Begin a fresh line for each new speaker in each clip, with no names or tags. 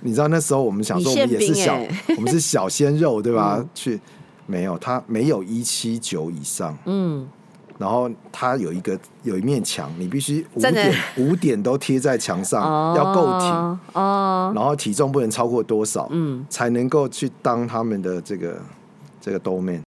你知道那时候我们想说，我们也是小，
你馅欸
我们是小鲜肉，对吧？
嗯
去没有，它没有一七九以上，
嗯，
然后它有一个有一面墙，你必须五
站在
点五点都贴在墙上，
哦，
要够挺，
哦，
然后体重不能超过多少，
嗯，
才能够去当他们的这个这个 domain。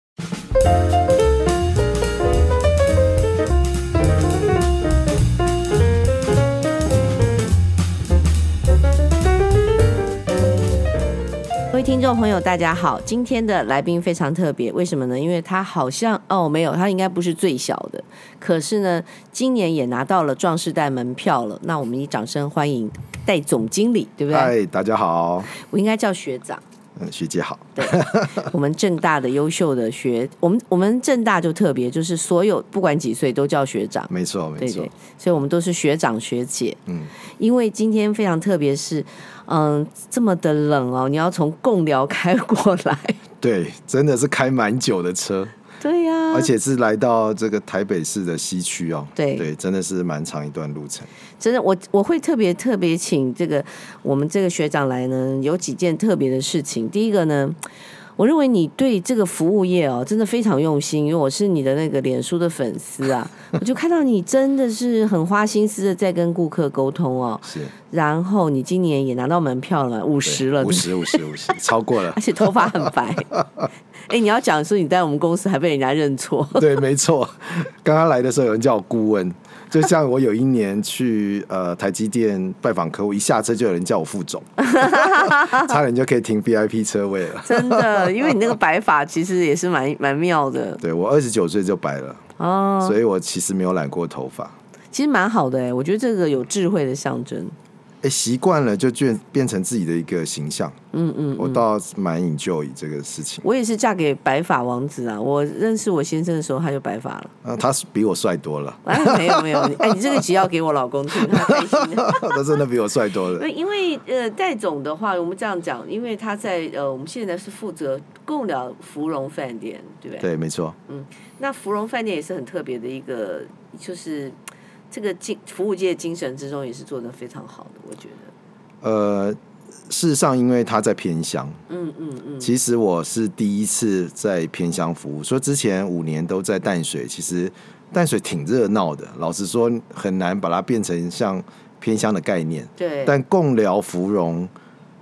各位听众朋友，大家好！今天的来宾非常特别，为什么呢？因为他好像哦，没有，他应该不是最小的，可是呢，今年也拿到了壮士代门票了。那我们以掌声欢迎戴总经理，对不对？
嗨，大家好，
我应该叫学长。
嗯，学姐好，
我们正大的优秀的学，我们我们正大就特别，就是所有不管几岁都叫学长。
没错没
对
错
对，，所以我们都是学长学姐。
嗯，
因为今天非常特别是，嗯，这么的冷哦，你要从贡寮开过 来。
对，真的是开蛮久的车，
对呀、
而且是来到这个台北市的西区哦，
嗯对
对，真的是蛮长一段路程。
真的，我我会特别特别请这个我们这个学长来呢，有几件特别的事情。第一个呢，我认为你对这个服务业哦，真的非常用心，因为我是你的那个脸书的粉 丝啊，我就看到你真的是很花心思的在跟顾客沟通哦。
是
然后你今年也拿到门票了，五十了，对不
五
对
十五十五十，超过 了
而。且头发很白。哎、你要讲说你在我们公司还被人家认错，
对，没错。刚刚来的时候有人叫我顾问，就像我有一年去呃台积电拜访客户，一下车就有人叫我副总，差点就可以停 VIP 车位了。
真的，因为你那个白发其实也是蛮蛮妙的
对我二十九岁就白了，
哦。
所以我其实没有染过头发。
其实蛮好的哎、我觉得这个有智慧的象征。
哎，习惯了就变变成自己的一个形象。嗯嗯我倒蛮 enjoy 这个事情。
我也是嫁给白发王子啊！我认识我先生的时候他就白发了。
啊，他是比我帅多了，
哎，没有没有，哎，你这个只要给我老公听，他开心 的。
他真的比我帅多 了。
因为呃，戴总的话，我们这样讲，因为他在呃，我们现在是负责共了芙蓉饭店，对不对？
对，没错，
那芙蓉饭店也是很特别的一个，就是这个精服务界精神之中也是做的非常好的，我觉得。
呃，事实上，因为他在偏乡，
嗯嗯嗯，
其实我是第一次在偏乡服务，说之前五年都在淡水，其实淡水挺热闹的。老实说，很难把它变成像偏乡的概念。
对。
但共聊芙蓉，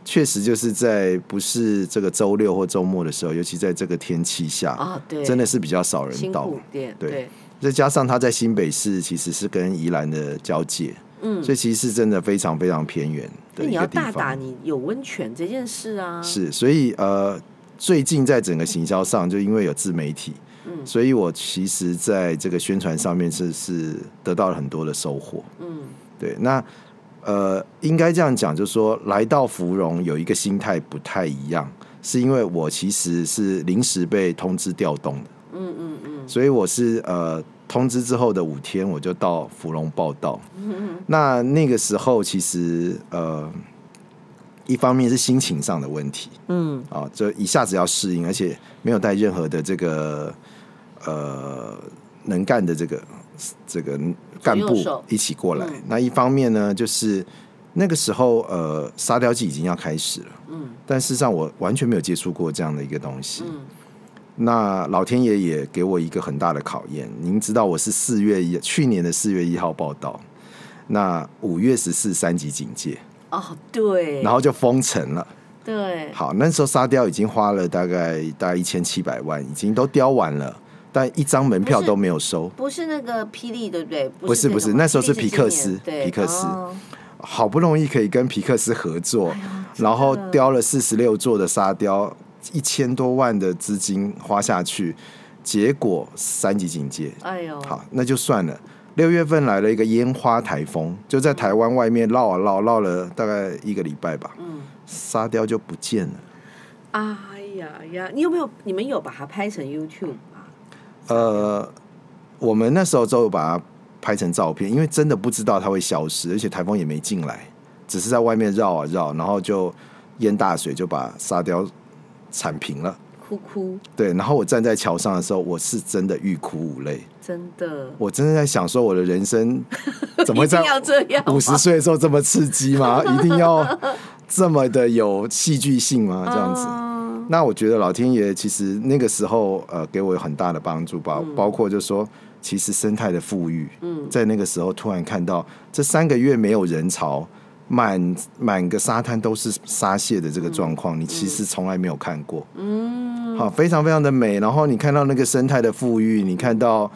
确实就是在不是这个周六或周末的时候，尤其在这个天气下，
啊，对，
真的是比较少人
新
到
古。店，
对
对
再加上它在新北市其实是跟宜兰的交界，嗯，所以其实是真的非常非常偏远的
那你
一
要
个地
大
方。
打你有温泉这件事啊，
是，所以呃，最近在整个行销上，就因为有自媒体，
嗯
所以我其实在这个宣传上面是是得到了很多的收获。
嗯，
对，那呃，应该这样讲，就是说来到芙蓉有一个心态不太一样，是因为我其实是临时被通知调动的，
嗯嗯嗯，
所以我是呃通知之后的五天，我就到芙蓉报道。 那那个时候其实呃，一方面是心情上的问题，
嗯，
啊，这一下子要适应，而且没有带任何的这个呃能干的这个这个干
左
部
右手
一起过来。
嗯
那一方面呢，就是那个时候呃沙雕季已经要开始了，
嗯，
但事实上我完全没有接触过这样的一个东西。
嗯
那老天爷也给我一个很大的考验，您知道我是四月一，去年的四月一号报道。那五月十四三级警戒，
哦，对，
然后就封城了。
对，
好，那时候沙雕已经花了大概大概一千七百万，已经都雕完了，但一张门票
不是
都没有收。
不是那个霹雳，对不对？
不是
这
不
个
是
吗
那时候
霹
是
雳
皮
今
克
年
斯
对
皮克斯
哦
好不容易可以跟皮克斯合
哎
作，然后雕了四十六座的沙雕，一千多万的资金花下去，结果三级警戒。
哎呦，
好，那就算了。六月份来了一个烟花台风，就在台湾外面绕啊绕，绕了大概一个礼拜吧，
嗯，
沙雕就不见了。
哎呀呀，你有没有？你们有把它拍成 YouTube 吗？
呃，我们那时候都有把它拍成照片，因为真的不知道它会消失，而且台风也没进来，只是在外面绕啊绕，然后就淹大水就把沙雕铲平了。
哭哭，
对，然后我站在桥上的时候，我是真的欲哭无泪，
真的，
我真的在想说，我的人生怎么
一
会在
定要这样吗？
五十岁的时候这么刺激吗？一定要这么的有戏剧性吗？这样子。
啊
那我觉得老天爷其实那个时候呃给我有很大的帮助，包、包括就说其实生态的富裕，嗯，在那个时候突然看到这三个月没有人潮，满满个沙滩都是沙蟹的这个状况，你其实从来没有看过，嗯，好，非常非常的美。然后你看到那个生态的富裕，你看到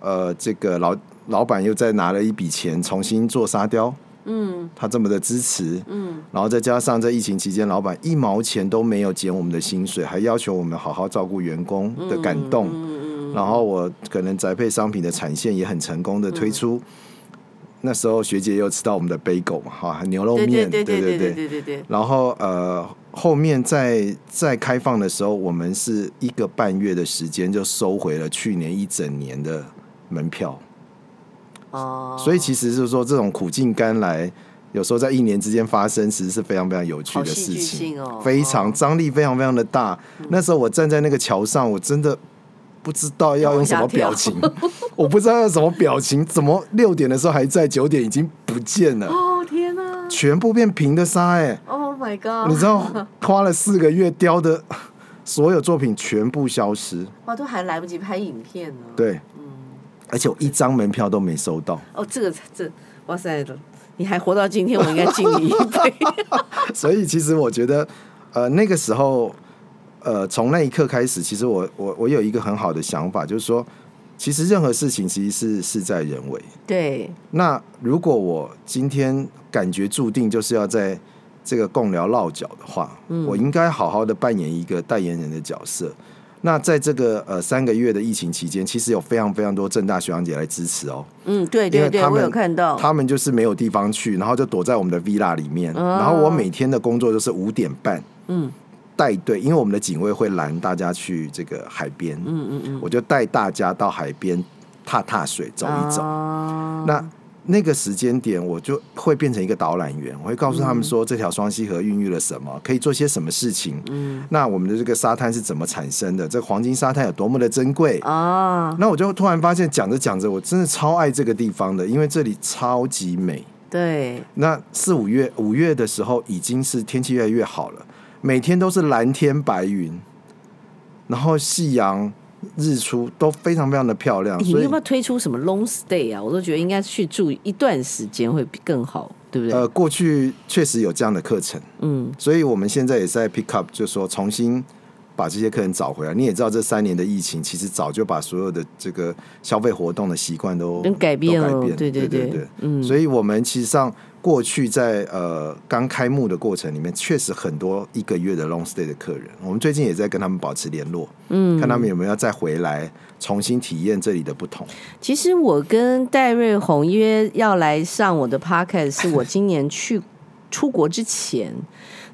呃这个老老板又再拿了一笔钱重新做沙雕。嗯，他这么的支持，
嗯
然后再加上在疫情期间，老板一毛钱都没有减我们的薪水，还要求我们好好照顾员工的
嗯
感动。然后我可能宅配商品的产线也很成功的
嗯
推出。那时候学姐也有吃到我们的 bagel 嘛，哈，牛肉
对对
面，
对
对
对对对对对，
然后呃，后面在在开放的时候，我们是一个半月的时间就收回了去年一整年的门票。
哦，
所以其实就是说，这种苦尽甘来，有时候在一年之间发生，其实是非常非常有趣的事
好戏剧
情，
性哦嗯
非常张力非常非常的大。那时候我站在那个桥上，我真的不知道要用什么表情， 我不知道要什么表情，怎么六点的时候还在，九点已经不见了，
哦天哪
全部变平的沙哎、
，Oh my god，
你知 道花了四个月雕的所有作品全部消失，
哇，都还来不及拍影片呢。，
对，而且我一张门票都没收到。
哦，这个这，哇塞，你还活到今天，我应该敬你一 杯。
所以其实我觉得，呃，那个时候，呃，从那一刻开始，其实我我我有一个很好的想法，就是说，其实任何事情其实是事在人为。
对，
那如果我今天感觉注定就是要在这个共聊落脚的话，我应该好好的扮演一个代言人的角色。那在这个呃三个月的疫情期间，其实有非常非常多正大学长姐来支持哦。
嗯，对
因为
对对，
他
我
们
有看到。
他们就是没有地方去，然后就躲在我们的 villa 里面。然后我每天的工作就是五点半，
嗯，
带队，因为我们的警卫会拦大家去这个海边，嗯嗯嗯，我就带大家到海边踏踏水，走一走。
啊
那那个时间点，我就会变成一个导览员，我会告诉他们说这条双溪河孕育了什么，可以做些什么事情。嗯，那我们的这个沙滩是怎么产生的？这黄金沙滩有多么的珍贵？
啊，
那我就突然发现，讲着讲着，我真的超爱这个地方的，因为这里超级美。
对，
那四五月五月的时候，已经是天气越来越好了，每天都是蓝天白云，然后夕阳、日出都非常非常的漂亮。
你
所
们
以
要不要推出什么 long stay 啊？我都觉得应该去住一段时间会比更好，对不对？
呃，过去确实有这样的课程，
嗯，
所以我们现在也是在 pick up，就说重新把这些客人找回来。你也知道，这三年的疫情，其实早就把所有的这个消费活动的习惯都
都改变了
都改变
对
对
对
对
对嗯
所以我们其实上过去在呃刚开幕的过程里面，确实很多一个月的 long stay 的客人，我们最近也在跟他们保持联络，嗯，看他们有没有要再回来重新体验这里的不同。
其实我跟戴瑞红约要来上我的 podcast，是我今年去出国之前。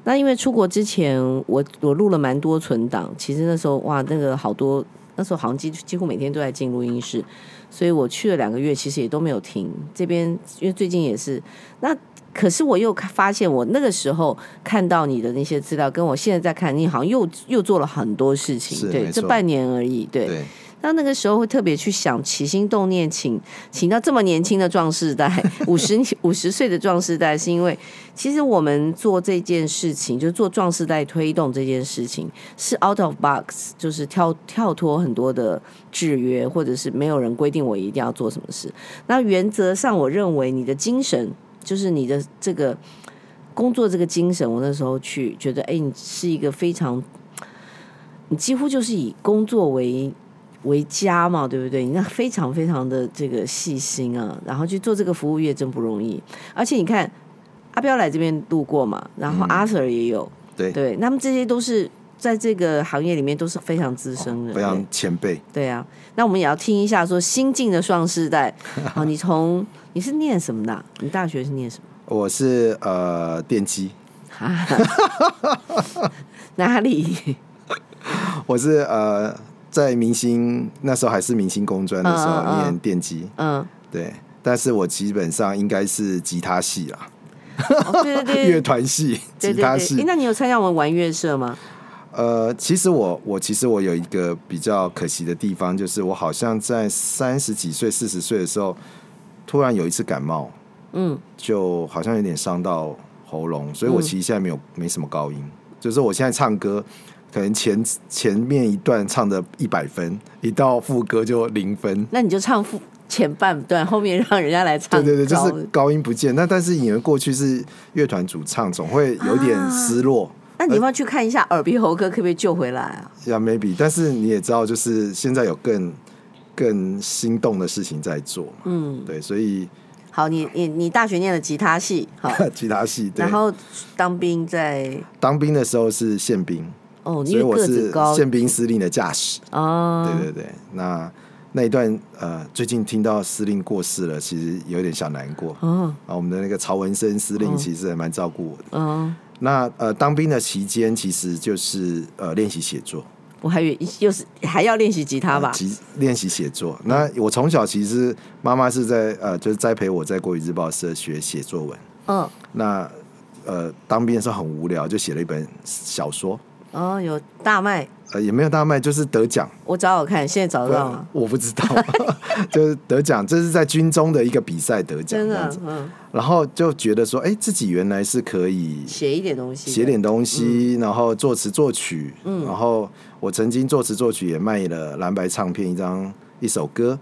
那因为出国之前，我我录了蛮多存档，其实那时候哇，那个好多，那时候好像几几乎每天都在进录音室，所以我去了两个月，其实也都没有停。这边因为最近也是，那可是我又看发现，我那个时候看到你的那些资料，跟我现在在看，你好像又又做了很多事情，
是
对，
没
这
错
半年而已，对。
对，
那那个时候会特别去想起心动念请，请到这么年轻的壮士代，五十五十岁的壮士代，是因为其实我们做这件事情，就是做壮士代推动这件事情，是 out of box，就是跳跳脱很多的制约，或者是没有人规定我一定要做什么事。那原则上，我认为你的精神就是你的这个工作这个精神，我那时候去觉得，哎，你是一个非常，你几乎就是以工作为为家嘛，对不对？你看非常非常的这个细心啊，然后去做这个服务业真不容易。而且你看阿彪来这边路过嘛，然后阿 Sir 也有，
嗯对
对，那么这些都是在这个行业里面都是非常资深的，
非
对
常前辈。
对啊，那我们也要听一下说新进的双 世代啊，你从你是念什么的啊？你大学是念什么？
我是呃电机，
啊 哪里？
我是呃，在明星那时候还是明星工专的时
嗯嗯嗯
候念电机，
嗯，
对，但是我基本上应该是吉他系啦，
哦对对
乐
对。
团系、
对
吉
对
他
对，诶
系。
那你有参加我们玩乐社吗？
呃，其实我我其实我有一个比较可惜的地方，就是我好像在三十几岁、四十岁的时候，突然有一次感冒，
嗯，
就好像有点伤到喉咙，所以我其实现在没有、没什么高音，就是我现在唱歌，可能前前面一段唱的一百分，一到副歌就零分。
那你就唱副前半段，后面让人家来唱
对
高。
对对，就是高音不见。那但是演员过去是乐团主唱，总会有点
啊
失落。
那你要不要去看一下耳鼻喉科可不可以救回来啊？
呀、m a y b e 但是你也知道，就是现在有更更心动的事情在做嘛，
嗯，
对，所以
好，你你你大学念了吉他系，好，
吉他系， 对
然，后当兵在
当兵的时候是宪兵，
哦，
所
因
以
为
我
个
是
子高
宪兵司令的驾驶，
哦，
对对对，那那一段呃，最近听到司令过世了，其实有点小难过
哦
啊。我们的那个曹文生司
嗯
令其实还蛮照顾我的。
哦，
那呃，当兵的期间其实就是呃练习写作，
我还以为又是还要练习吉他吧？
习练习写作。
嗯
那我从小其实妈妈是在呃，就是栽培我在国语日报社学写作文。
嗯，
那呃，当兵的时候很无聊，就写了一本小说，
哦，有大麦，
呃，也没有大卖，就是得奖。
我找找看，现在找得到
呃
吗？
我不知道， 就是得奖，这是在军中的一个比赛得奖
真
这样
的
子，，
嗯，
然后就觉得说，哎、自己原来是可以
写一点东西，
写点东西，然后作词作曲，然后我曾经作词作曲也卖了蓝白唱片一张一首歌，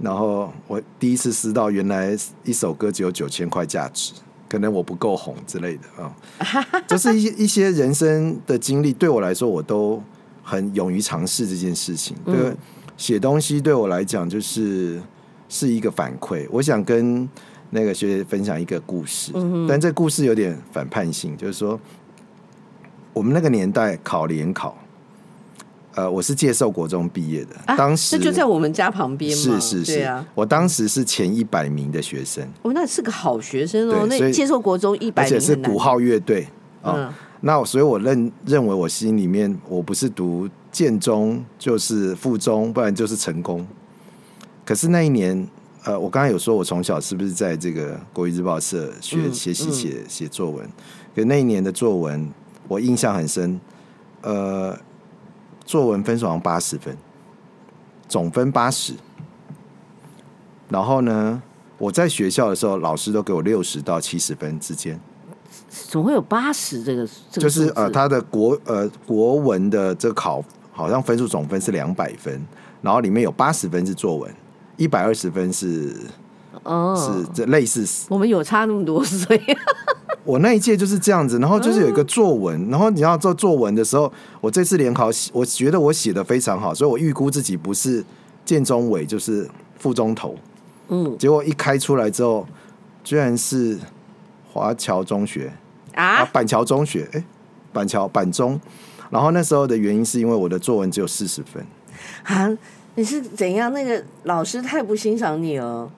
然后我第一次知道原来一首歌只有九千块价值，可能我不够红之类的啊，就是一些一些人生的经历对我来说，我都很勇于尝试这件事情。
嗯
对，写东西对我来讲就是是一个反馈，我想跟。那个学姐分享一个故事，
嗯
但这故事有点反叛性，就是说，我们那个年代考联考，呃，我是介寿国中毕业的，
啊
当时
这就在我们家旁边嘛，
是是
对
是、
啊，
我当时是前一百名的学生，
哦，那是个好学生哦，
对所
那
以
接受国中一
而
百
且
名
是
很难
鼓，号乐队啊。
嗯
那我所以我认认为我心里面我不是读建中就是附中，不然就是成功。可是那一年，呃，我刚才有说我从小是不是在这个国语日报社学
嗯
学习
嗯
写写作文？可那一年的作文我印象很深，呃，作文分数好像八十分，总分八十。然后呢，我在学校的时候，老师都给我六十到七十分之间。
怎么会有八十这个？这个
就是
数字
呃，他的国呃国文的这个考好像分数总分是两百分，然后里面有八十分是作文，一百二十分是是
哦，
这类似。
我们有差那么多岁，
我那一届就是这样子，然后就是有一个作文，然后你要做作文的时候，我这次联考我觉得我写的非常好，所以我预估自己不是建中尾就是附中头，
嗯
结果一开出来之后，居然是华侨中学。啊，
啊，
板桥中学，哎、板桥板中。然后那时候的原因是因为我的作文只有四十分，
啊，你是怎样？那个老师太不欣赏你了。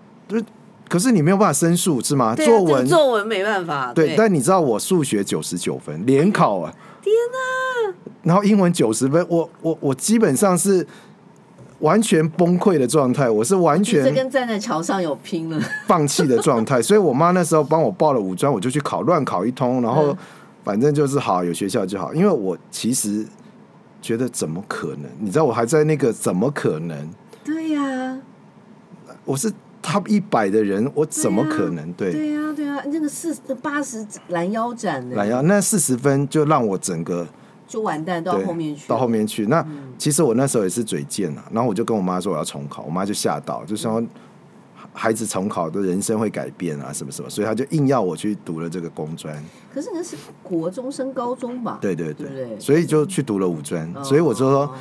可是你没有办法申诉是吗？
对啊
作
这个
文
作文欸没办法。
对，但你知道我数学九十九分，联考啊，天哪！然后英文九十分，我我我基本上是完全崩溃的状态，我是完
你这
全
跟站在桥上有拼了。
放弃的状态，所以我妈那时候帮我报了五专，我就去考，乱考一通，然后
嗯
反正就是好有学校就好，因为我其实觉得怎么可能？你知道我还在那个怎么可能？
对呀、
我是 top 一百的人，我怎么可能？对，
嗯对呀、啊对呀、那个四八十拦腰斩呢，
懒腰那四十分就让我整个
就完蛋到
对
后面去。嗯
到后面去。那、其实我那时候也是嘴贱啊，然后我就跟我妈说我要重考，我妈就吓到，就
嗯
说孩子重考的人生会改变啊，什么什么，所以她就硬要我去读了这个工专。
可是那是国中升高中吧？
对对
对
对，
不对
所以就去读了五专，
哦
所以我就 说。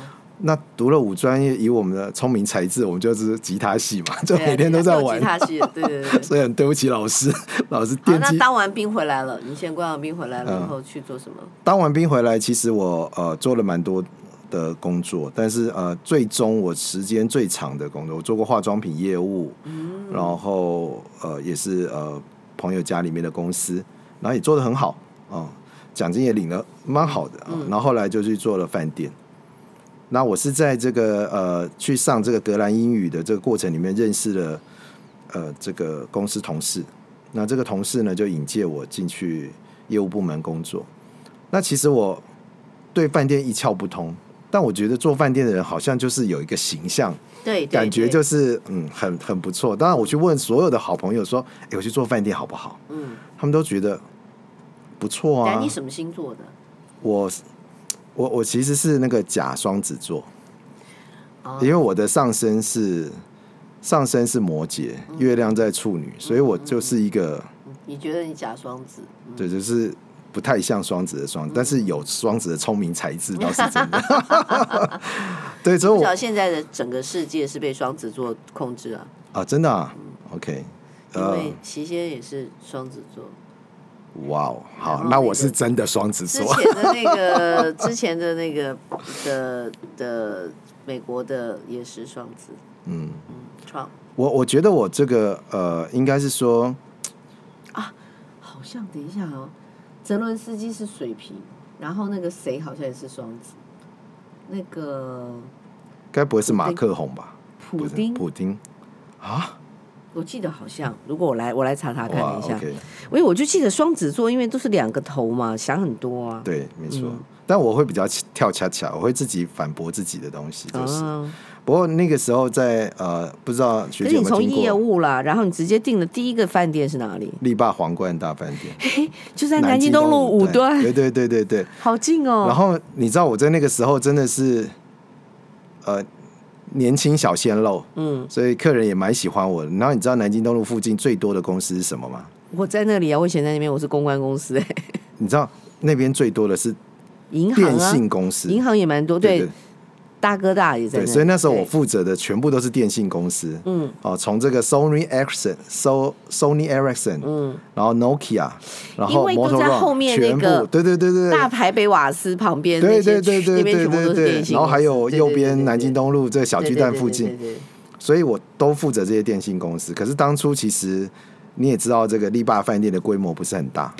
那读了五专，以我们的聪明才智，我们就是吉他系嘛，就
对啊
每天都在
你
玩
还是，有吉他系的，对 对对。
所以很对不起老师，老师
好，
惦
那
记。
当完兵回来了，你先当完兵回来
嗯
了以后去做什么？
当完兵回来，其实我呃做了蛮多的工作，但是呃最终我时间最长的工作，我做过化妆品业务，然后呃也是呃朋友家里面的公司，然后也做得很好啊、奖金也领了蛮好的啊、然后后来就去做了饭店。那我是在这个呃去上这个格兰英语的这个过程里面认识了呃这个公司同事，那这个同事呢就引荐我进去业务部门工作。那其实我对饭店一窍不通，但我觉得做饭店的人好像就是有一个形象，
对，对
感觉就
对
是嗯很很不错。当然我去问所有的好朋友说，哎、我去做饭店好不好？
嗯，
他们都觉得不错
哎、
啊
你。什么星座的？
我我我其实是那个假双子座，
哦
因为我的上身是上身是摩羯，
嗯
月亮在处女，所以我就是一个
你觉得你假双子？
对，就是不太像双子的双，但是有双子的聪明才智倒是真的。 对，所以
不
我
晓得现在的整个世界是被双子座控制啊，
啊，真的啊，OK，
因
呃，
为奇仙也是双子座。
哇哦，
然
好
后，那
那
个
我是真的双子
之
座，
前的那 个，之前的那个的的美国的也是双子，
嗯，
嗯，创
我我觉得我这个呃，应该是说
好像等一下哦，泽伦斯基是水瓶，然后那个谁好像也是双子，那个
该不会是马克宏吧？
普
不是
丁，
普丁啊，
我记得好像，如果我来我来查查看
哇
一下，
，OK，
因为我就记得双子座，因为都是两个头嘛，想很多啊，
对，没错。
嗯
但我会比较跳恰恰，我会自己反驳自己的东西，就是。
啊，
不过那个时候在呃，不知道学
可
姐有
是你
没有
从
听
业
过
务啦，然后你直接订的第一个饭店是哪里？
力霸皇冠大饭店，
就 在南京东路五段，
对对对对对。
好近哦。
然后你知道我在那个时候真的是，呃，年轻小鲜肉，
嗯，
所以客人也蛮喜欢我的。然后你知道南京东路附近最多的公司是什么吗？
我在那里啊，我以前在那边，我是公关公司、哎，
你知道那边最多的是
银行
电
啊，
信公司，
银行也蛮多，对，
对
大哥大也在
对，
里
所以那时候我
对
负责的全部都是电信公司。
嗯
哦，从这个 Sony Ericsson、So Sony Ericsson，
嗯，
然后 Nokia，然后
因为都在后
Motorola，
面那
全
个
部，对对对对，
大台北瓦斯旁边那
对
些
对对
区那
对
边
对
全部
对
都是
对
电，信公司，
然后还有
对
右边南京。
对对对对
东路这个小
对
巨蛋附近，
对对对对对
所以我都负责这些电信公司。可是当初其实你也知道，这个力霸饭店的规模不是很大，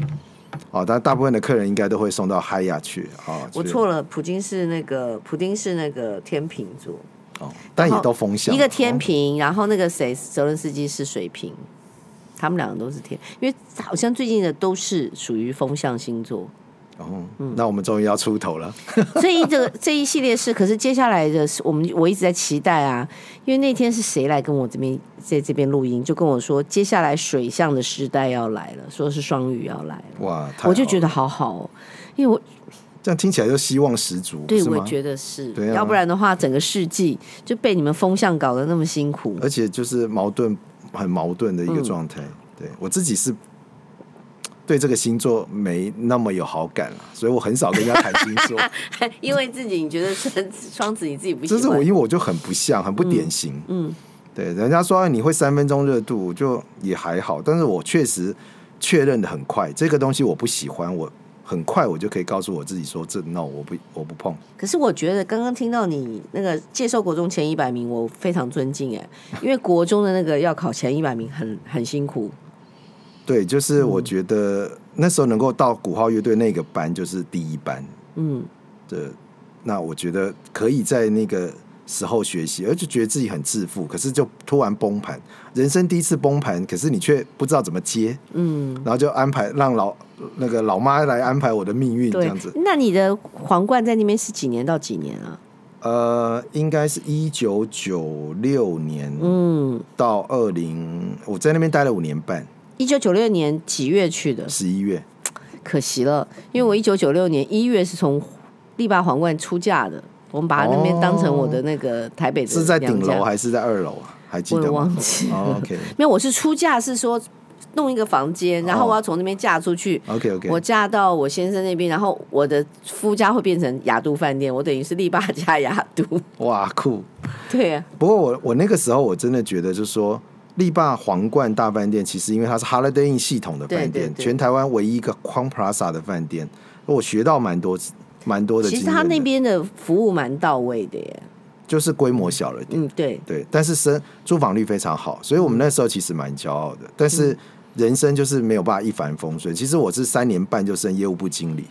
哦，但大部分的客人应该都会送到嗨雅去哦。
我
了，
错了，普京是那个普丁是那个天秤座，
哦，但也都风向
一个天
平，
平，然后那个谁泽伦斯基是水瓶，他们两个都是天，因为好像最近的都是属于风象星座，
哦那我们终于要出头了。
所以这个 这一系列是，可是接下来的是我们我一直在期待啊，因为那天是谁来跟我这边在这边录音，就跟我说接下来水象的时代要来了，说是双鱼要来了，
哇，太好了
我就觉得好好哦，因为我
这样听起来就希望十足，
对
是
我
吗？
觉得是，
对啊
要不然的话整个世纪就被你们风象搞得那么辛苦，
而且就是矛盾很矛盾的一个
嗯
状态。对我自己是对这个星座没那么有好感了，所以我很少跟人家谈星座。
因为自己你觉得双双子你自己不喜
就
欢，
是我，因为我就很不像，很不典型。嗯，对，人家说、啊、你会三分钟热度，我就也还好，但是我确实确认的很快，这个东西我不喜欢，我很快我就可以告诉我自己说，这 no，我不我不碰。
可是我觉得刚刚听到你那个介绍国中前一百名，我非常尊敬哎，因为国中的那个要考前一百名很很辛苦，
对，就是我觉得那时候能够到鼓号乐队那个班就是第一班
嗯，
的，那我觉得可以在那个时候学习，而且觉得自己很自负，可是就突然崩盘，人生第一次崩盘，可是你却不知道怎么接。
嗯，
然后就安排让老那个老妈来安排我的命运这
对
样子。。
那你的皇冠在那边是几年到几年啊？
呃，应该是一九九六年
嗯，
到二零，我在那边待了五年半，
一九九六年几月去的？
十一月。
可惜了，因为我一九九六年一月是从力霸皇冠出嫁的，我们把那边当成我的那个台北的
是在顶
娘
楼
家
还是在二楼啊？还记
我也
得吗
忘？记了。
哦，OK
没有，我是出嫁是说弄一个房间，然后
哦
我要从那边嫁出去。
OK 哦 OK，
我嫁到我先生那边，然后我的夫家会变成雅都饭店，我等于是力霸加雅都。
哇酷！
对啊，
不过我我那个时候我真的觉得，就是说力霸皇冠大饭店，其实因为它是 Holiday Inn 系统的饭
对对
店，
对
全台湾唯一一个 Crown Plaza 的饭店，我学到蛮多蛮多的经
其
验
实
的。
他那边的服务蛮到位的耶。
就是规模小了一点。
嗯，对，
对，但是生租房率非常好，所以我们那时候其实蛮骄傲
嗯
的。但是人生就是没有办法一帆风顺。其实我是三年半就升业务部经理，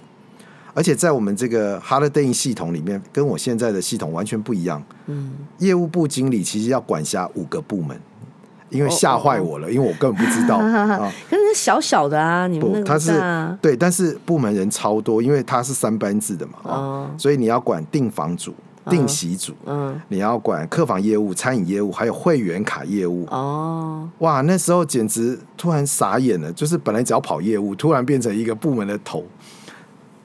而且在我们这个 Holiday Inn 系统里面，跟我现在的系统完全不一样。
嗯，
业务部经理其实要管辖五个部门，因为吓坏我
哦
了，因为我根本不 知道啊。
可是小小的啊，你们那
不，
个
他是
大啊
对，但是部门人超多，因为他是三班制的嘛，哦
哦
所以你要管订房组、定席组，
嗯，
你要管客房业务、餐饮业务，还有会员卡业务。
哦，
哇，那时候简直突然傻眼了，就是本来只要跑业务，突然变成一个部门的头，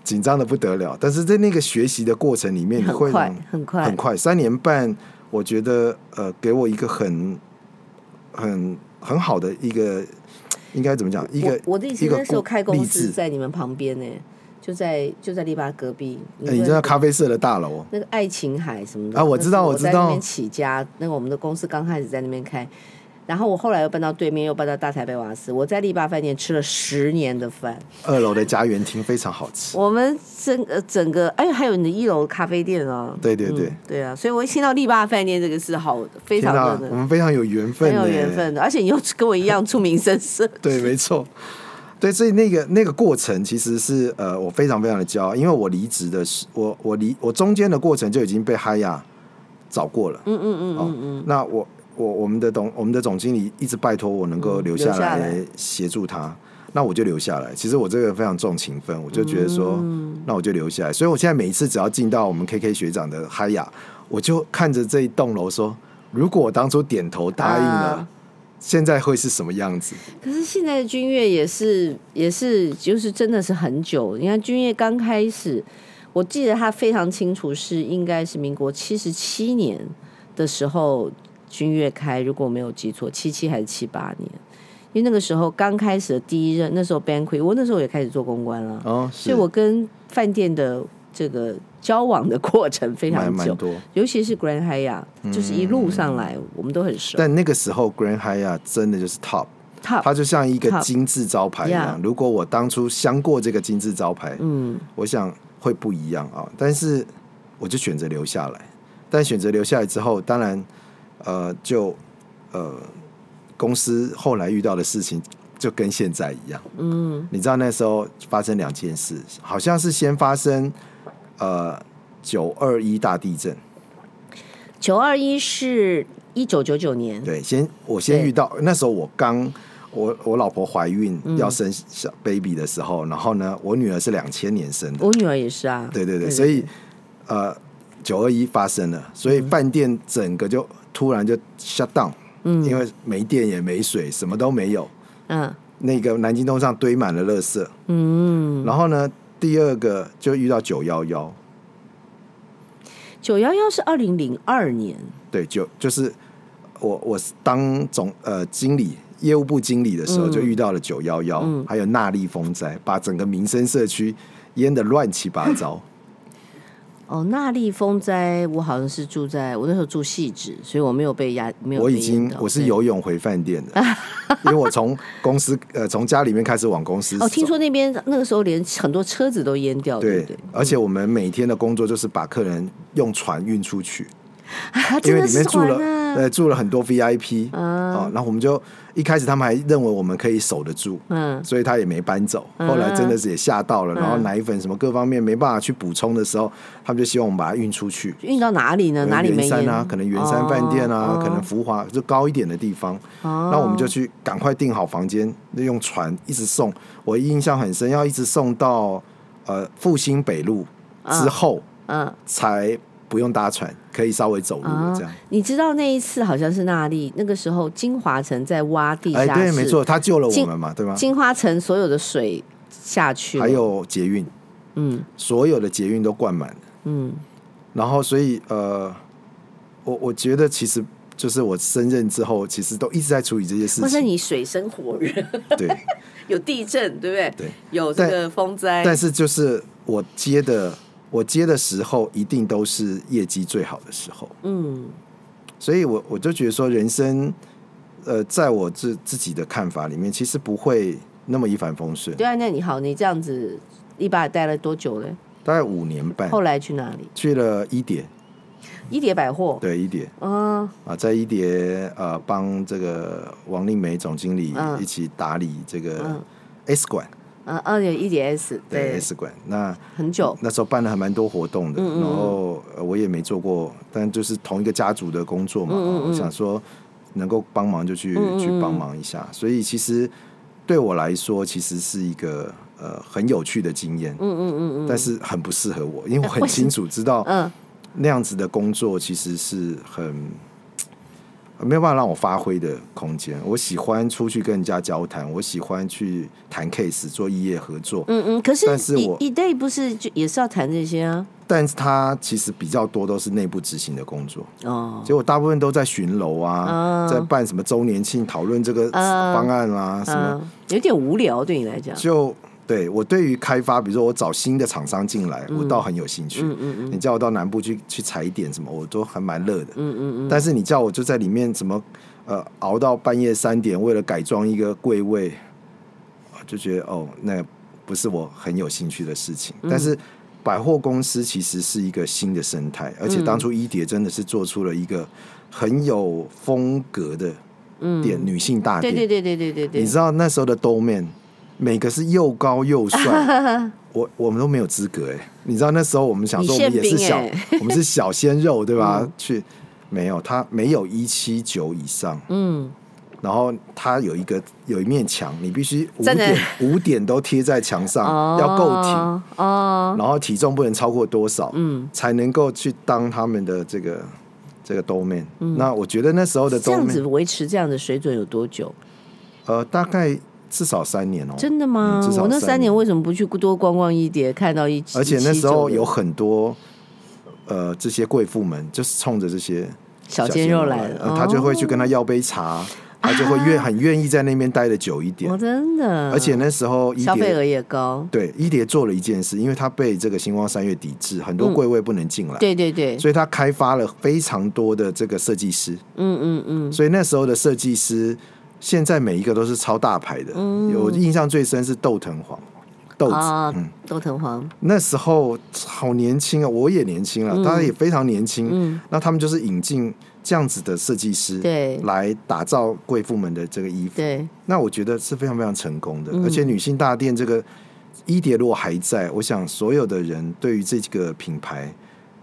紧张的不得了。但是在那个学习的过程里面，你
很
会
快，很快，
很快，三年半，我觉得呃，给我一个很很很好的一个，应该怎么讲？一个
我我的意思
一个
那时候
鼓
开公
励
司
志
在你们旁边呢，就在就在篱笆隔壁，
哎你知道咖啡社的大楼，
那个爱琴海什么的
啊我知道
那时候我
我知
在那边
道
起家，那个我们的公司刚开始在那边开，然后我后来又搬到对面，又搬到大台北瓦斯，我在力霸饭店吃了十年的饭。
二楼的家园厅非常好吃。
我们整个整个，哎，还有你的一楼咖啡店啊，
对对对，
对啊，所以我一听到力霸饭店这个是好，非
天
常
哪
的，
我们非常有缘分，
很有缘。分的，而且你又 跟我一样出名声色，
对，没错。对，所以那个那个过程其实是呃，我非常非常的骄傲，因为我离职的时，我我离我中间的过程就已经被哈亚找过了。
嗯嗯嗯嗯嗯，
嗯，那我我我们的董我们的总经理一直拜托我能够
嗯
留下
留下
来
来
协助他，那我就留下来。其实我这个人非常重情分，我就觉得说，那我就留下来。所以我现在每一次只要进到我们 KK 学长的嗨雅，我就看着这一栋楼说，如果我当初点头答应了，
啊
现在会是什么样子？
可是现在的君越也是也是就是真的是很久，你看君越刚开始，我记得他非常清楚是应该是民国七十七年的时候君越开，如果我没有记错，七七还是七八年，因为那个时候刚开始的第一任，那时候 Banquet，我那时候也开始做公关了，
哦，是
所以我跟饭店的这个交往的过程非
蛮
常
蛮
久，
多。
尤其是 Grand Hyatt，就是
嗯
一路上来我们都很熟。
但那个时候 Grand Hyatt 真的就是 top，
Top，
它就像一个
Top
金字招牌一样。
Yeah
如果我当初相过这个金字招牌，
嗯，
我想会不一样啊。但是我就选择留下来，但选择留下来之后，当然呃，就呃，公司后来遇到的事情就跟现在一样。嗯，你知道那时候发生两件事，好像是先发生呃九二一大地震，
九二一是一九九九年，
对，先我先
对
遇到那时候我刚。我我老婆怀孕要生小 baby 的时候，然后呢，我女儿是两千年生的，
我女儿也是啊。
对对对，所以呃，九二一发生了，所以饭店整个就突然就 shut down，
嗯
因为没电也没水，什么都没有。
嗯
那个南京东路上堆满了垃圾，
嗯，
然后呢，第二个就遇到九幺幺，
九幺幺是二零零二年，
对，就就是我我是当总呃经理。业务部经理的时候
嗯
就遇到了九幺幺，还有纳利风灾，把整个民生社区淹得乱七八糟。
哦，那莉风灾，我好像是住在我那时候住细致，所以我没有被压， 没有
我
被
已经
淹到
我是
对
游泳回饭店 的，因为我从公司呃从家里面开始往公司
哦，听
走
说那边那个时候连很多车子都淹掉，对
对
不对？
而且我们每天的工作就是把客人用船运出去，
啊，
因
真
为
的
里
是
面住
船
了
啊，嗯
呃住了很多 VIP 啊，那我们就一开始他们还认为我们可以守得住，
嗯，
所以他也没搬走。后来真的是也吓到了，然后奶粉什么各方面没办法去补充的时候，他们就希望我们把它运出去。
运到哪里呢？嗯哪里没
圆山
淹
啊，可能圆山饭店啊，
哦
可能福华就高一点的地方。
哦
那我们就去赶快订好房间，用船一直送。我印象很深，要一直送到呃复兴北路之后，
嗯
才不用搭船，可以稍微走路了
啊
嗯这样。，
你知道那一次好像是那莉那个时候金华城在挖地
哎，
下
对，
室
没错，他救了我
进
们嘛，对吗？
金花城所有的水下去了，
还有捷运，
嗯
所有的捷运都灌满了。
嗯，
然后，所以呃，我我觉得其实就是我升任之后，其实都一直在处理这些事
哇塞，
情。
你水深火热，
对，
有地震，对不对？
对，
有这个风灾，
但是就是我接的，我接的时候一定都是业绩最好的时候，
嗯
所以我我就觉得说，人生，呃，在我自自己的看法里面，其实不会那么一帆风顺。
对啊，那你好，你这样子一把待了多久嘞？
大概五年半，
后来去哪里？
去了一叠，
一叠百货，
对一叠
嗯
啊，在一叠呃帮这个王令梅总经理
嗯
一起打理这个
嗯
S 馆，
嗯，二点一叠 S，
对
对，
S 馆那。
很久，
那时候办了还蛮多活动的，
嗯嗯嗯
然后呃我也没做过，但就是同一个家族的工作嘛，啊
嗯嗯嗯
我想说能够帮忙就去
嗯嗯嗯
去帮忙一下，所以其实对我来说其实是一个呃很有趣的经验，
嗯嗯嗯嗯
但是很不适合我，因为我很清楚知道
嗯
那样子的工作其实是很呃没有办法让我发挥的空间。我喜欢出去跟人家交谈，我喜欢去谈 case 做异业合作，
嗯嗯，可是
但是
一
我
一 day 不是就也是要谈这些啊？
但是它其实比较多都是内部执行的工作，
哦，
结果大部分都在巡楼啊，
嗯
在办什么周年庆讨论这个
嗯
方案啊，什么
嗯，有点无聊对你来讲，
就对我对于开发，比如说我找新的厂商进来，我倒很有兴趣。
嗯嗯嗯
你叫我到南部去去踩点什么，我都还蛮乐的。
嗯嗯嗯，
但是你叫我就在里面什么呃熬到半夜三点，为了改装一个柜位，啊就觉得哦，那不是我很有兴趣的事情。
嗯
但是百货公司其实是一个新的生态，
嗯
而且当初一蝶真的是做出了一个很有风格的
嗯
店，女性大
对
店。
对对对对对对，
啊你知道那时候的 Domain 每个是又高又 帅，我我们都没有资格哎、你知道那时候我们想说我
你
们
馅
也是
饼
小，
欸嗯
我们是小鲜肉对吧？去没有他没有一七九以上，
嗯，
然后他有一个有一面墙，你必须五
真的
点五点都贴在墙上，啊要够挺，
哦哦，
然后体重不能超过多少，
嗯，
才能够去当他们的这个这个 Domain。那我觉得那时候的
嗯哦这样子
Domain
维持这样的水准有多久？
呃大概至少三年哦、
真的吗
嗯至？少
我那
三
三
年
年为什么不去多逛逛一点，看到一
而且那时候有
一期
很多呃这些贵妇们就是冲着这些
小鲜肉来
来
了，哦
呃他就会去跟他要杯茶，他就会愿很愿意在那边待的久一点
我。哦真的，
而且那时候一
消费
蝶
额也高，
对一蝶做了一件事，因为他被这个星光三月抵制，很多
嗯
柜位不能进来，
对对对，
所以他开发了非常多的这个设计师。
嗯嗯嗯，
所以那时候的设计师，现在每一个都是超大牌的。
嗯
我印象最深是窦藤黄，豆子，
啊
嗯。，
窦藤黄，
那时候好年轻啊，我也年轻啊，大家也非常年轻。
嗯
那他们就是引进这样子的设计师，
对
来打造贵妇们的这个衣服。
对，嗯
那我觉得是非常非常成功的，而且女性大店这个伊蝶如果还在，我想所有的人对于这个品牌，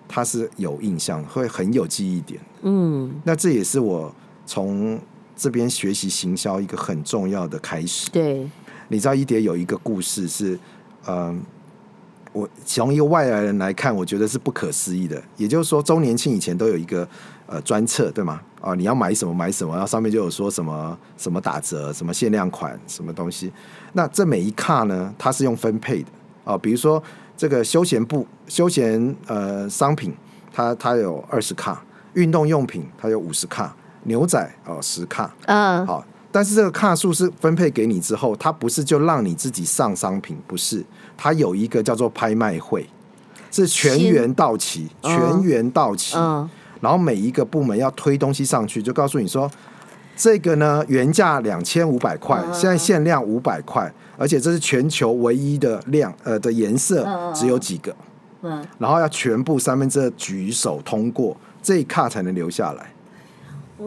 它是有印象，会很有记忆点。
嗯，
那这也是我从这边学习行销一个很重要的开始。
对，
你知道一蝶有一个故事是，嗯，我从一个外来人来看，我觉得是不可思议的。也就是说，周年庆以前都有一个呃专册，对吗？啊，你要买什么买什么，然后上面就有说什么什么打折、什么限量款、什么东西。那这每一卡呢，它是用分配的啊，比如说这个休闲部、休闲呃商品，它它有二十卡；运动用品它有五十卡；牛仔哦十卡。
嗯，
好，但是这个卡数是分配给你之后，它不是就让你自己上商品，不是，它有一个叫做拍卖会，是全
先
员到齐，全
嗯
员到齐，
嗯，
然后每一个部门要推东西上去，就告诉你说。这个呢，原价两千五百块，
嗯
现在限量五百块，而且这是全球唯一的量，呃的颜色只有几个，
嗯，
然后要全部三分之二举手通过，这一卡才能留下来。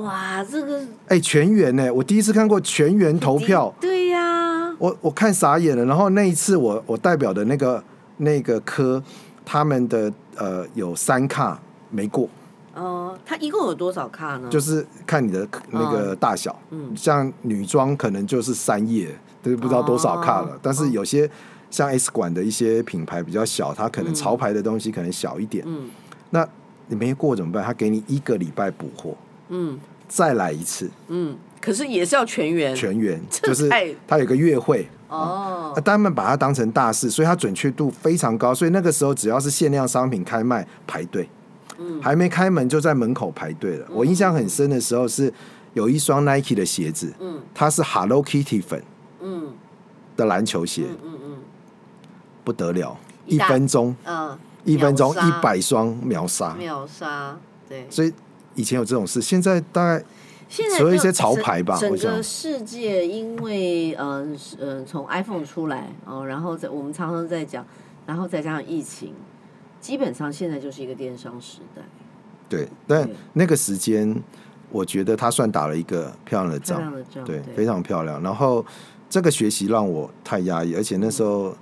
哇，这个
哎，全员呢，我第一次看过全员投票，
对呀，
我我看傻眼了。然后那一次我我代表的那个那个科，他们的呃有三卡没过，
哦，它一共有多少卡呢？
就是看你的那个大小。嗯，像女装可能就是三页，就是不知道多少卡了。
哦
但是有些像 S 馆的一些品牌比较小，它可能潮牌的东西可能小一点。
嗯
那你没过怎么办？他给你一个礼拜补货，
嗯
再来一次
嗯，可是也是要全员，
全员，
这
就是
太
他有个月会。
哦
啊，，他们把它当成大事，所以它准确度非常高。所以那个时候只要是限量商品开卖排队，
嗯
还没开门就在门口排队了。我印象很深的时候是有一双 Nike 的鞋子，
嗯
它是 Hello Kitty 粉
嗯
的篮球鞋，
嗯嗯嗯
不得了，
一
一
大
分钟
嗯，
一分钟
秒杀
一百双秒杀，
秒杀，对。
所以以前有这种事，现在大概
现在
所以一
就
些潮
整
牌吧我
整
想
个世界因为呃是呃从 iPhone 出来哦，然后在我们常常在讲，然后再加上疫情，基本上现在就是一个电商时代。
对，但
对
那个时间我觉得他算打了一个漂亮的仗
漂亮。的这样
对，非常漂亮。然后这个学习让我太压抑，而且那时候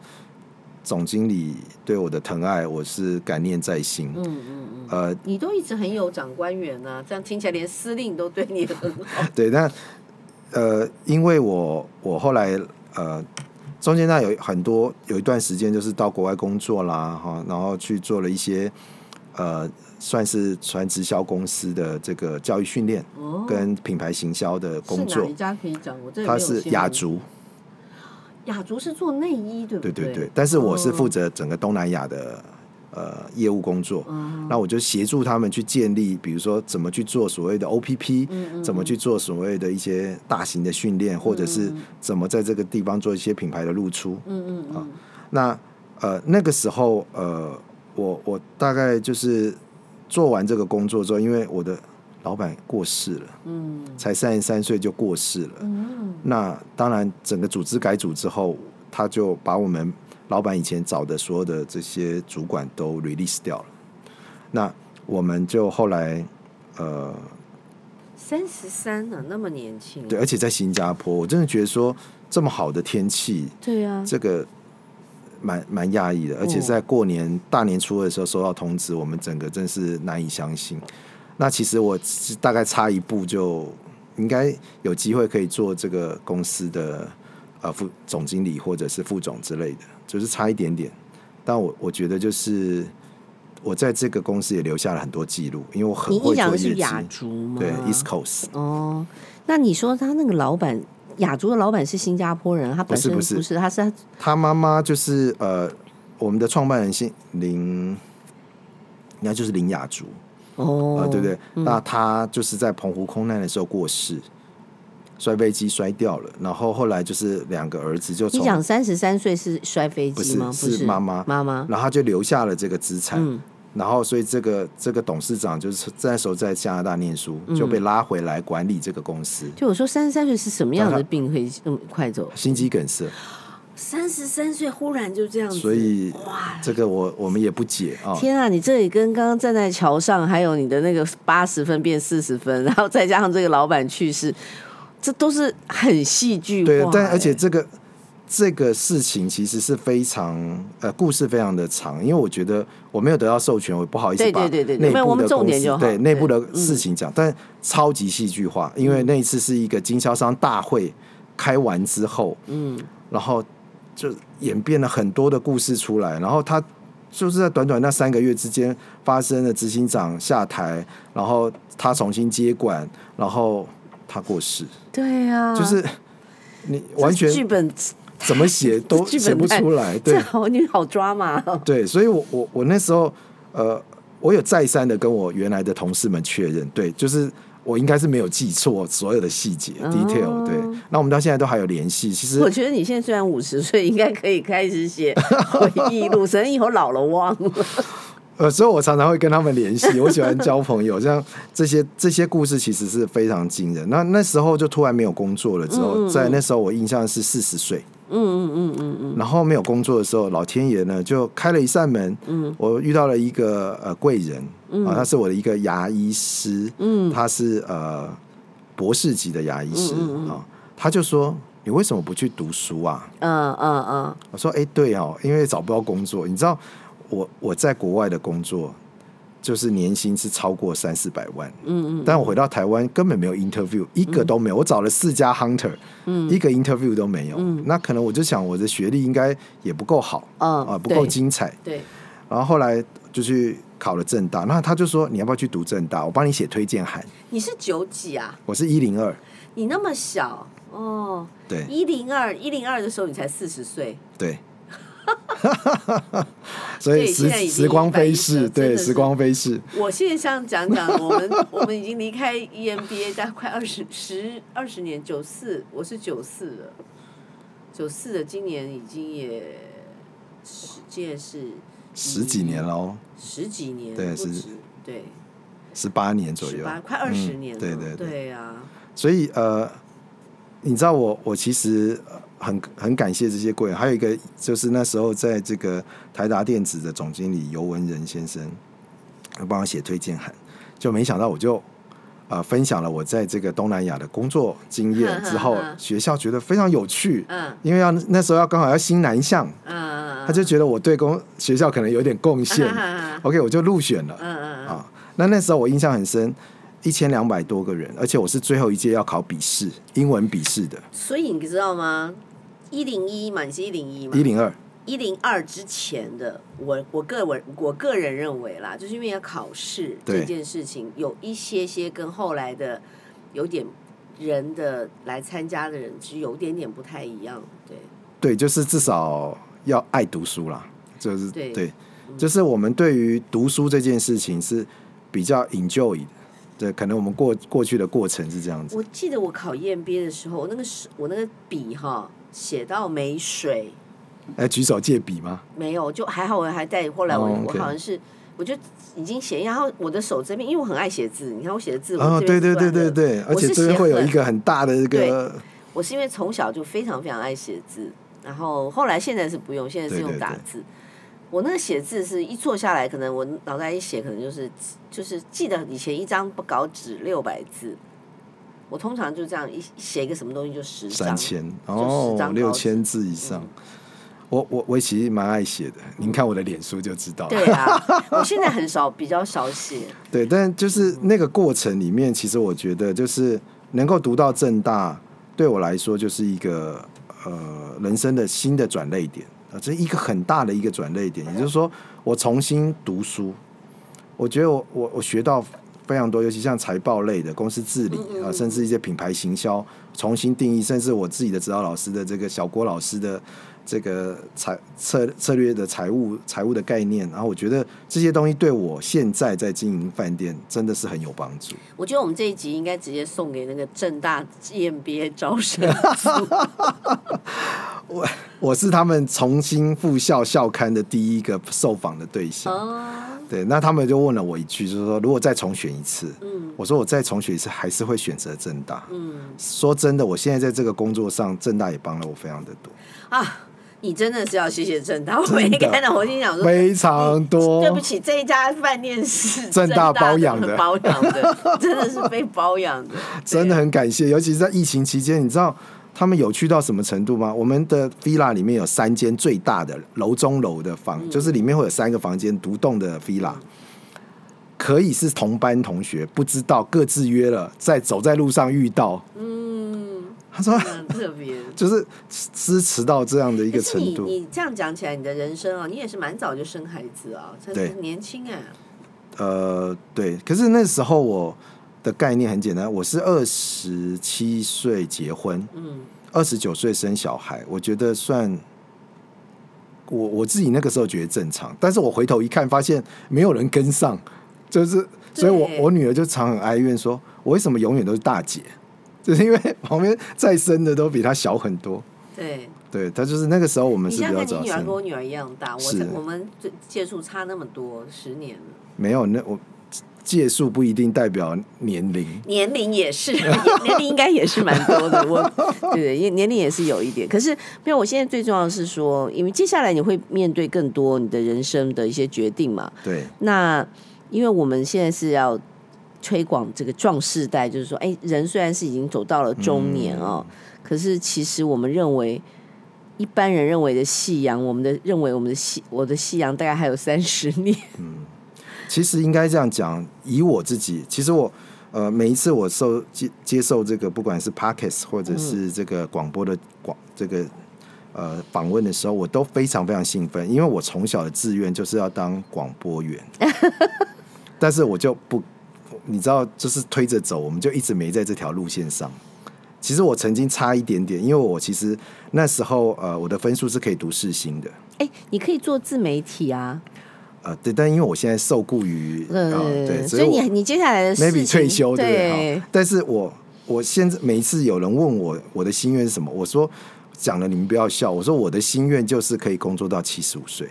总经理对我的疼爱，我是感念在心。
嗯嗯嗯，
呃，
你都一直很有长官员呐、这样听起来连司令都对你 很好。
对，但呃，因为我我后来呃，中间那有很多有一段时间就是到国外工作啦，哈，然后去做了一些呃，算是传直销公司的这个教育训练
哦
跟品牌行销的工
是
作
哪一。家可以讲？我这里
他
没有
是
新闻
雅，竹，
雅竹是做内衣，对不
对
对
对对，但是我是负
责
责整个东南亚的呃业务工作，
嗯
那我就协助他们去建立，比如说怎么去做所谓的 OPP，怎
嗯
么去做所谓的一些大型的训练，或者是怎么在这个地方做一些品牌的露出。
嗯
啊
嗯嗯
那呃那个时候呃，我我大概就是做完这个工作之后，因为我的老板过世了，
嗯
才三十三岁就过世了。
嗯
那当然，整个组织改组之后，他就把我们老板以前找的所有的这些主管都 release 掉了。那我们就后来，呃，
三十三呢，那么年轻，
对，而且在新加坡，我真的觉得说这么好的天气，
对啊，
这个蛮蛮讶异的，而且
嗯
在过年大年初二的时候收到通知，我们整个真是难以相信。那其实我是大概差一步就应该有机会可以做这个公司的呃副总经理或者是副总之类的，就是差一点点。但我我觉得就是我在这个公司也留下了很多记录，因为我很
你
会
你讲
做
的
业
是
绩。
雅竹吗？
对，East Coast
哦，那你说他那个老板，雅竹的老板是新加坡人，他本身
不是不是
他是
他妈妈就是呃，我们的创办人姓林，应该就是林雅竹
哦、
啊、对不对？那他就是在澎湖空难的时候过世，摔飞机摔掉了，然后后来就是两个儿子就
你
从，
讲三十三岁是摔飞机吗？
不
不
是是妈妈
妈妈。
然后他就留下了这个资产。
嗯
然后，所以这个这个董事长就是那时候在加拿大念书，
嗯
就被拉回来管理这个公司，
就我说三十三岁是什么样
那
的
他
病会那么快走？
心肌梗塞。
三十三岁忽然就这样子，
所以
哇，
这个我我们也不解啊。
天啊！你这里跟刚刚站在桥上，还有你的那个八十分变四十分， 然后再加上这个老板去世，这都是很戏剧化欸。
对，但而且这个这个事情其实是非常呃，故事非常的长，因为我觉得我没有得到授权，我不好意思
对
把
对对对
内
没有我
部
们
的
重
公
点就
司
好
对
对嗯
内部的事情讲，但超级戏剧化，因为那一次是一个经销商大会开完之后，
嗯，
然后就演变了很多的故事出来，然后他。就是在短短那三个月之间发生了执行长下台，然后他重新接管，然后他过世，
对啊，
就是你完全
这剧本
怎么写都
剧本
写不出 来，
这
对
好你好抓嘛、
对，所以我我我那时候呃，我有再三的跟我原来的同事们确认，对，就是我应该是没有记错所有的细节、
哦
detail，对，那我们到现在都还有联系，其实
我觉得你现在虽然五十岁，应该可以开始写 回忆录，省得以后老了忘了。
呃，所以我常常会跟他们联系，我喜欢交朋友，像这些这些故事其实是非常惊人。那那时候就突然没有工作了，之后、在那时候我印象是四十岁，
嗯嗯嗯嗯嗯
然后没有工作的时候，老天爷呢就开了一扇门，
嗯
我遇到了一个呃贵人，啊，他是我的一个牙医师，
嗯
他是呃博士级的牙医师啊、他就说你为什么不去读书啊？
嗯嗯嗯，
我说哎、对哦，因为找不到工作，你知道我我在国外的工作就是年薪是超过三四百万，嗯嗯，但我回到台湾根本没有 interview，一个都没
嗯
有，我找了四家 hunter，嗯，一个 interview 都没有，那可能我就想我的学历应该也不够好，
嗯
啊、不够
对
精彩，
对，
然后后来就去考了正大，那他就说你要不要去读正大，我帮你写推荐函，
你是九几啊？
我是一零二，
你那么小哦，
对
一零二一零二的时候你才四十岁，
对。 所以
对
时
现在已经
时光飞
一百一
逝，
了真
对
的
时
是
光飞逝，
我现在想讲讲，我们 我们已经离开 E EMBA 大概快二十十二十年，九四我是九四了，九四的今年已经也十，这也是
十几年了哦，
十几年，
对
不
十
止对
十八年左
十
右
八，快二十
嗯
年了，
对对对
对啊，
所以呃，你知道我我其实呃很很感谢这些贵人，还有一个就是那时候在这个台达电子的总经理尤文仁先生，他帮我写推荐函，就没想到我就。呃，分享了我在这个东南亚的工作经 验之后，
哼哼哼
学校觉得非常有趣，
嗯
因为要那时候要刚好要新南向，
嗯，
他就觉得我对公学校可能有点贡献 ，OK，我就入选了。
嗯嗯嗯，
啊，那那时候我印象很深，一千两百多个人，而且我是最后一届要考笔试，英文笔试的，
所以你知道吗？一零一嘛，你是一零一嘛？
一零二，
一零二之前的，我我个我我个人认为啦，就是因为要考试
对
这件事情，有一些些跟后来的有点人的来参加的人是有点点不太一样，对，
对，就是至少要爱读书啦，就是
对嗯
就是我们对于读书这件事情是比较 enjoy 的，对，可能我们过过去的过程是这样子，
我记得我考验编的时候，我那个是我那个笔哈写到没水，嗯
哎，举手借笔吗？
没有，就还好，我还带。后来我、
哦
我
OK
好像是，我就已经写，然后我的手这边，因为我很爱写字，你看我写的字，
哦
我，这
对
边
对
是
对
乱
对
的
对，而
我
且
是
这
写
边会有一
很
个很大的这个，
我是因为从小就非常非常爱写字，然后后来现在是不用，现在是
对对
用打
对
字。我那个写字是一坐下来，可能我脑袋一写，可能就是就是记得以前一张稿纸六百字，我通常就这样一写一个什么东西就十
三
张，
千
十
哦
张，
六
稿纸嗯
千字以上。我我我其实蛮爱写的，您看我的脸书就知道。
对 啊，我现在很少，比较少写，
对，但就是那个过程里面，其实我觉得就是能够读到正大，对我来说就是一个呃人生的新的转类点啊、呃这一个很大的一个转类点，也就是说我重新读书，我觉得我我我学到非常多，尤其像财报类的、公司治理啊、甚至一些品牌行销重新定义，甚至我自己的指导老师的这个小郭老师的这个财策策略的财务财务的概念，然后我觉得这些东西对我现在在经营饭店真的是很有帮助。
我觉得我们这一集应该直接送给那个正大 EMBA 招 生组
我是他们重新复校校刊的第一个受访的对象。
哦，
对，那他们就问了我一句，就是说如果再重选一次，
嗯
我说我再重选一次还是会选择正大。
嗯
说真的，我现在在这个工作上，正大也帮了我非常的多，
啊，你真的是要谢谢正大，我
真的
没看到，我心想说。
非常多。
对不起，这一家饭店是
正大包养的
包养 的，真的是被包养的，
真的很感谢，尤其是在疫情期间，你知道他们有趣到什么程度吗？我们的 villa 里面有三间最大的楼中楼的房，
嗯
就是里面会有三个房间独栋的 villa，、可以是同班同学，不知道各自约了，在走在路上遇到。
嗯，
他说，
很特别。
就是支持到这 样的一
可
个
是
程
你
度。
你这样讲起来，你的人生啊，你也是蛮早就生孩子啊，真
对
是年轻哎、
呃，对，可是那时候我的概念很简单，我是二十七岁结婚，
嗯
二十九岁生小孩，我觉得算我我自己那个时候觉得正常，但是我回头一看，发现没有人跟上，就是，所以我
对
我女儿就常很哀怨说，我为什么永远都是大姐？ 就是因为旁边再生的都比她小很多。
对。
对，她就是那个时候我们
你
是比
想
较
想看，你
早
女儿跟
生，
我女儿一样大，我
是
才我们最接触差那么多，十年了，
没有那我届数不一定代表年龄。
年龄也是， 年龄应该也是蛮多的。我 对对，年龄也是有一点。可是没有，我现在最重要的是说，因为接下来你会面对更多你的人生的一些决定嘛。
对，
那因为我们现在是要推广这个壮世代，就是说，哎，人虽然是已经走到了
嗯
中年哦，可是其实我们认为。一般人认为的夕阳，我们的认为我们的夕，我的夕阳大概还有三十年。
其实应该这样讲，以我自己，其实我呃每一次我受接接受这个不管是 podcast 或者
嗯
是这个广播的广这个呃访问的时候，我都非常非常兴奋，因为我从小的志愿就是要当广播 员，但是我就不。你知道，就是推着走，我们就一直没在这条路线上。其实我曾经差一点点，因为我其实那时候呃，我的分数是可以读世新的，
哎，你可以做自媒体啊，
呃，对，但因为我现在受雇于呃，对，
所以
我
你你接下来的事
maybe
情
退休对不对？
对
好，但是我我现在每一次有人问我我的心愿是什么，我说讲了你们不要笑，我说我的心愿就是可以工作到七十五岁，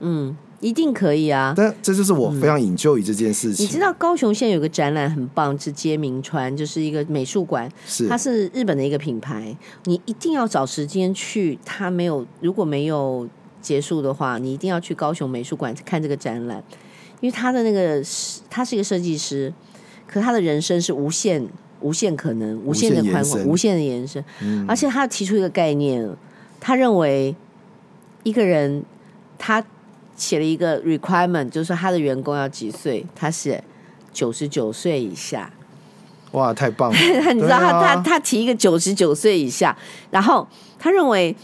嗯，一定可以啊。
但这就是我非常 enjoy 这件事情。
你知道高雄现在有个展览很棒，是街名川，就是一个美术馆，
是
它是日本的一个品牌，你一定要找时间去。它没有，如果没有结束的话，你一定要去高雄美术馆看这个展览，因为他的那个是他是一个设计师，可他的人生是无限、无限可能、无限的
无限
宽
延
广、
伸
无限的延伸。而且他提出一个概念，他认为一个人他写了一个 requirement，就是说他的员工要几岁，他写九十九岁以下。
哇，太棒了！
你知道他、
对啊
他他提一个九十九岁以下，然后他认为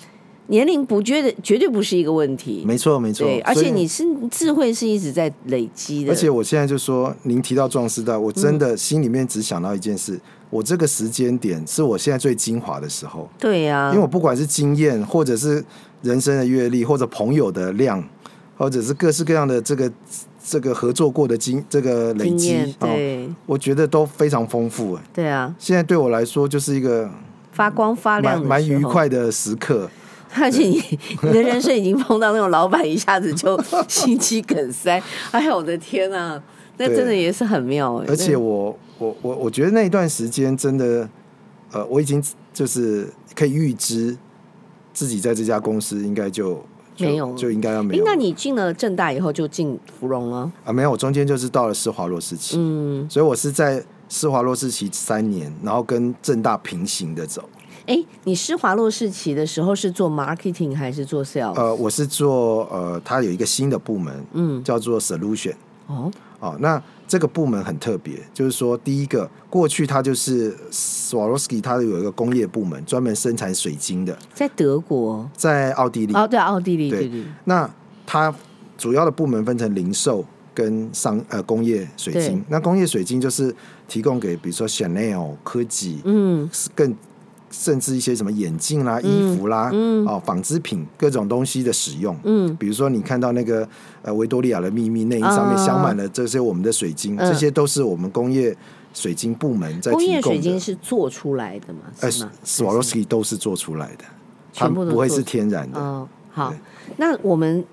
年龄不觉得绝对不是一个问题。
没错没错
对，，而
所
且
以
你是智慧是一直在累积的，
而且我现在就说，您提到壮士断，我
嗯
真的心里面只想到一件事：我这个时间点是我现在最精华的时候，
对啊呀、
因为我不管是经验，或者是人生的阅历，或者朋友的量，或者是各式各样的这个这个合作过的经这个累
经
积
验，
哦，
对、
我觉得都非常丰富。哎
对啊，
现在对我来说，就是一个
发光发亮
蛮
的
蛮
时
愉
候。
快的时刻。
而且你你的人生已经碰到那种老板一下子就 心肌梗塞，哎呀，我的天啊，那
对
真的也是很妙哎、
而且
那
我我我我觉得那一段时间真的，呃，我已经就是可以预知自己在这家公司应该就就
没有了
就应该要没
诶
有
那你进了正大以后就进芙蓉了，
啊，没有，我中间就是到了施华洛世奇，
嗯，
所以我是在施华洛世奇三年，然后跟正大平行的走。
哎，你施华洛世奇的时候是做 marketing 还是做 sales？、
呃，我是做呃，它有一个新的部门
嗯，
叫做 solution
哦，
哦，那这个部门很特别，就是说，第一个，过去它就是呃 Swarovski，它有一个工业部门，专门生产水晶的，
在德国，
在奥地利。
哦，对，奥地利，
对
对对，
那它主要的部门分成零售跟商呃工业水
对
晶。那工业水晶就是提供给比如说 Chanel、科技，
嗯，
更甚至一些什么眼镜啦、衣服啦、
嗯
哦纺织品各种东西的使用。
嗯，
比如说你看到那个呃维多利亚的秘密内衣上面
啊
镶满了这些我们的水晶，
嗯
这些都是我们工业水晶部门在
工业
提
水
供
晶
的。
是做出来的嘛？
呃
是吗？
，Swarovski 都是做出来的，它
全部都
不会
做
是
出
天然的。
哦，好
对，
那我们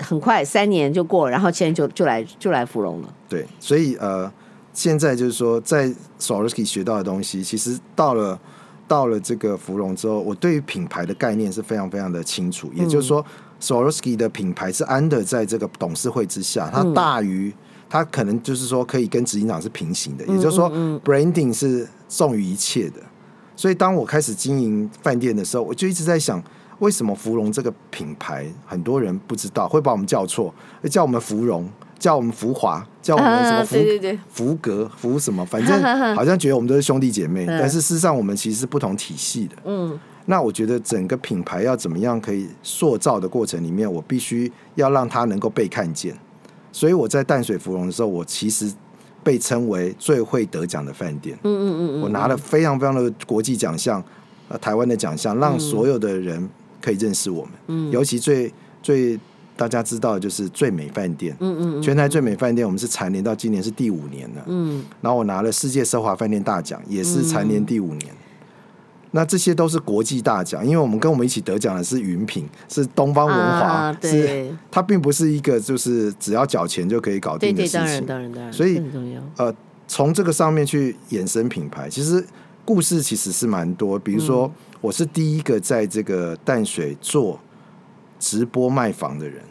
很快三年就过了，然后现在就就来就来芙蓉了。
对，所以呃，现在就是说，在 Swarovski 学到的东西，其实到了到了这个芙蓉之后，我对于品牌的概念是非常非常的清楚。也就是说，Swarovski 的品牌是安的在这个董事会之下，它大于、它可能就是说可以跟执行长是平行的，也就是说，branding 是重于一切的。所以当我开始经营饭店的时候，我就一直在想，为什么芙蓉这个品牌很多人不知道，会把我们叫错，叫我们芙蓉，叫我们福华，叫我 们什么
啊
福、
对对对
福格福什么，反正好像觉得我们都是兄弟姐 妹，
嗯
但是事实上我们其实是不同体系的。
嗯，
那我觉得整个品牌要怎么样可以塑造的过程里面，我必须要让它能够被看见。所以我在淡水芙蓉的时候，我其实被称为最会得奖的饭店。嗯嗯嗯我拿了非常非常的国际奖项，呃，台湾的奖项，让
嗯
所有的人可以认识我们。嗯，尤其最最大家知道的就是最美饭店。嗯嗯全台最美饭店，我们是蝉联到今年是第五年了。
嗯，
然后我拿了世界奢华饭店大奖，也是蝉联第五年。那这些都是国际大奖，因为我们跟我们一起得奖的是云品，是东方文华，
啊对
是它并不是一个就是只要缴钱就可以搞
对
定的
对，
事
当然
情。
当然当然，
所以
这很重要。
呃，从这个上面去衍生品牌，其实故事其实是蛮多。比如说，我是第一个在这个淡水做直播卖房的人。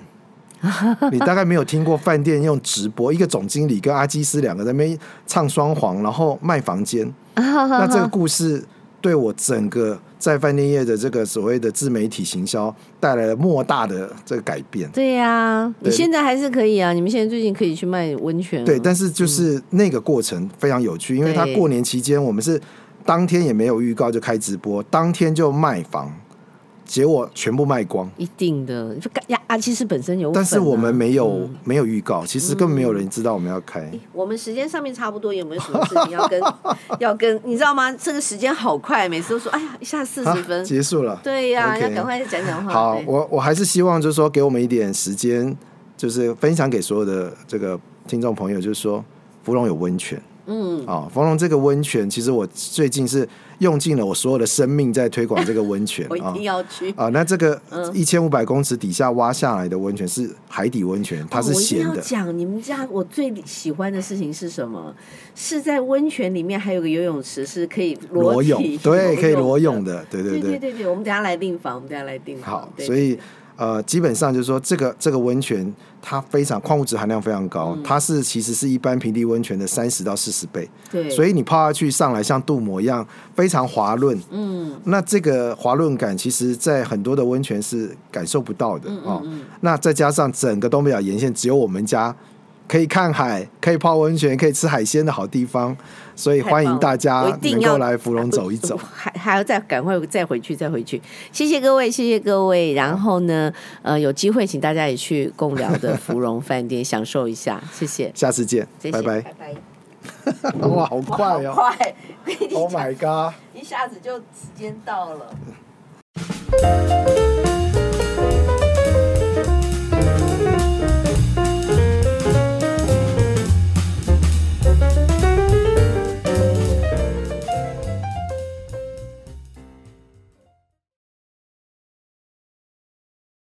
你大概没有听过饭店用直播，一个总经理跟阿基斯两个在那边唱双簧，然后卖房间。
嗯
那这个故事对我整个在饭店业的这个所谓的自媒体行销带来了莫大的这个改变。
对呀、你
对
现在还是可以啊，你们现在最近可以去卖温泉、啊。
对，但是就是那个过程非常有趣，因为他
对
过年期间我们是当天也没有预告就开直播，当天就卖房，结果全部卖光。
一定的，就干呀啊，其实本身有、
但是我们。没有、
嗯
没有预告，其实根本没有人知道我们要开。
我们时间上面差不多，有没有什么事情 要跟要跟？你知道吗？这个时间好快，每次都说哎呀，一下四
啊
十分。
结束了。
对呀、
OK
要赶快讲讲话。
好
对，
我我还是希望就是说，给我们一点时间，就是分享给所有的这个听众朋友，就是说，芙蓉有温泉。
嗯，
啊、芙蓉这个温泉，其实我最近是用尽了我所有的生命在推广这个温泉
我一
啊。
定要去。
啊，那这个
嗯
一千五百公尺底下挖下来的温泉是海底温泉，它是咸
哦我一定
的
要。讲你们家我最喜欢的事情是什么？是在温泉里面还有个游泳池，是可以
裸
体
泳对，可以裸泳
的。
的，对
对
对
对
对。
对对，我们等一下来订房，我们等一下来订房。
好，
对
所以呃，基本上就是说，这个这个温泉它非常矿物质含量非常高，
嗯
它是其实是一般平地温泉的三十到四十倍，
对，
所
以
以你泡下去上来像镀膜一样非常滑润。
嗯，
那这个滑润感，其实在很多的温
嗯
泉是感受不到的哦。那再加上整个东北角沿线只有我们家可以看海、可以泡温泉、可以吃海鲜的好地方，所以欢迎大家
我一定
能
要
够来芙蓉走一走。
还还要再赶快再回去，再回去。谢谢各位，谢谢各位。然后呢，呃，有机会请大家也去贡寮的芙蓉饭店享受一下， 谢谢，
下次见，
谢
拜
谢，
拜。
拜拜。
哇，好快 哦
快，
！Oh my god！
一下子就时间到了。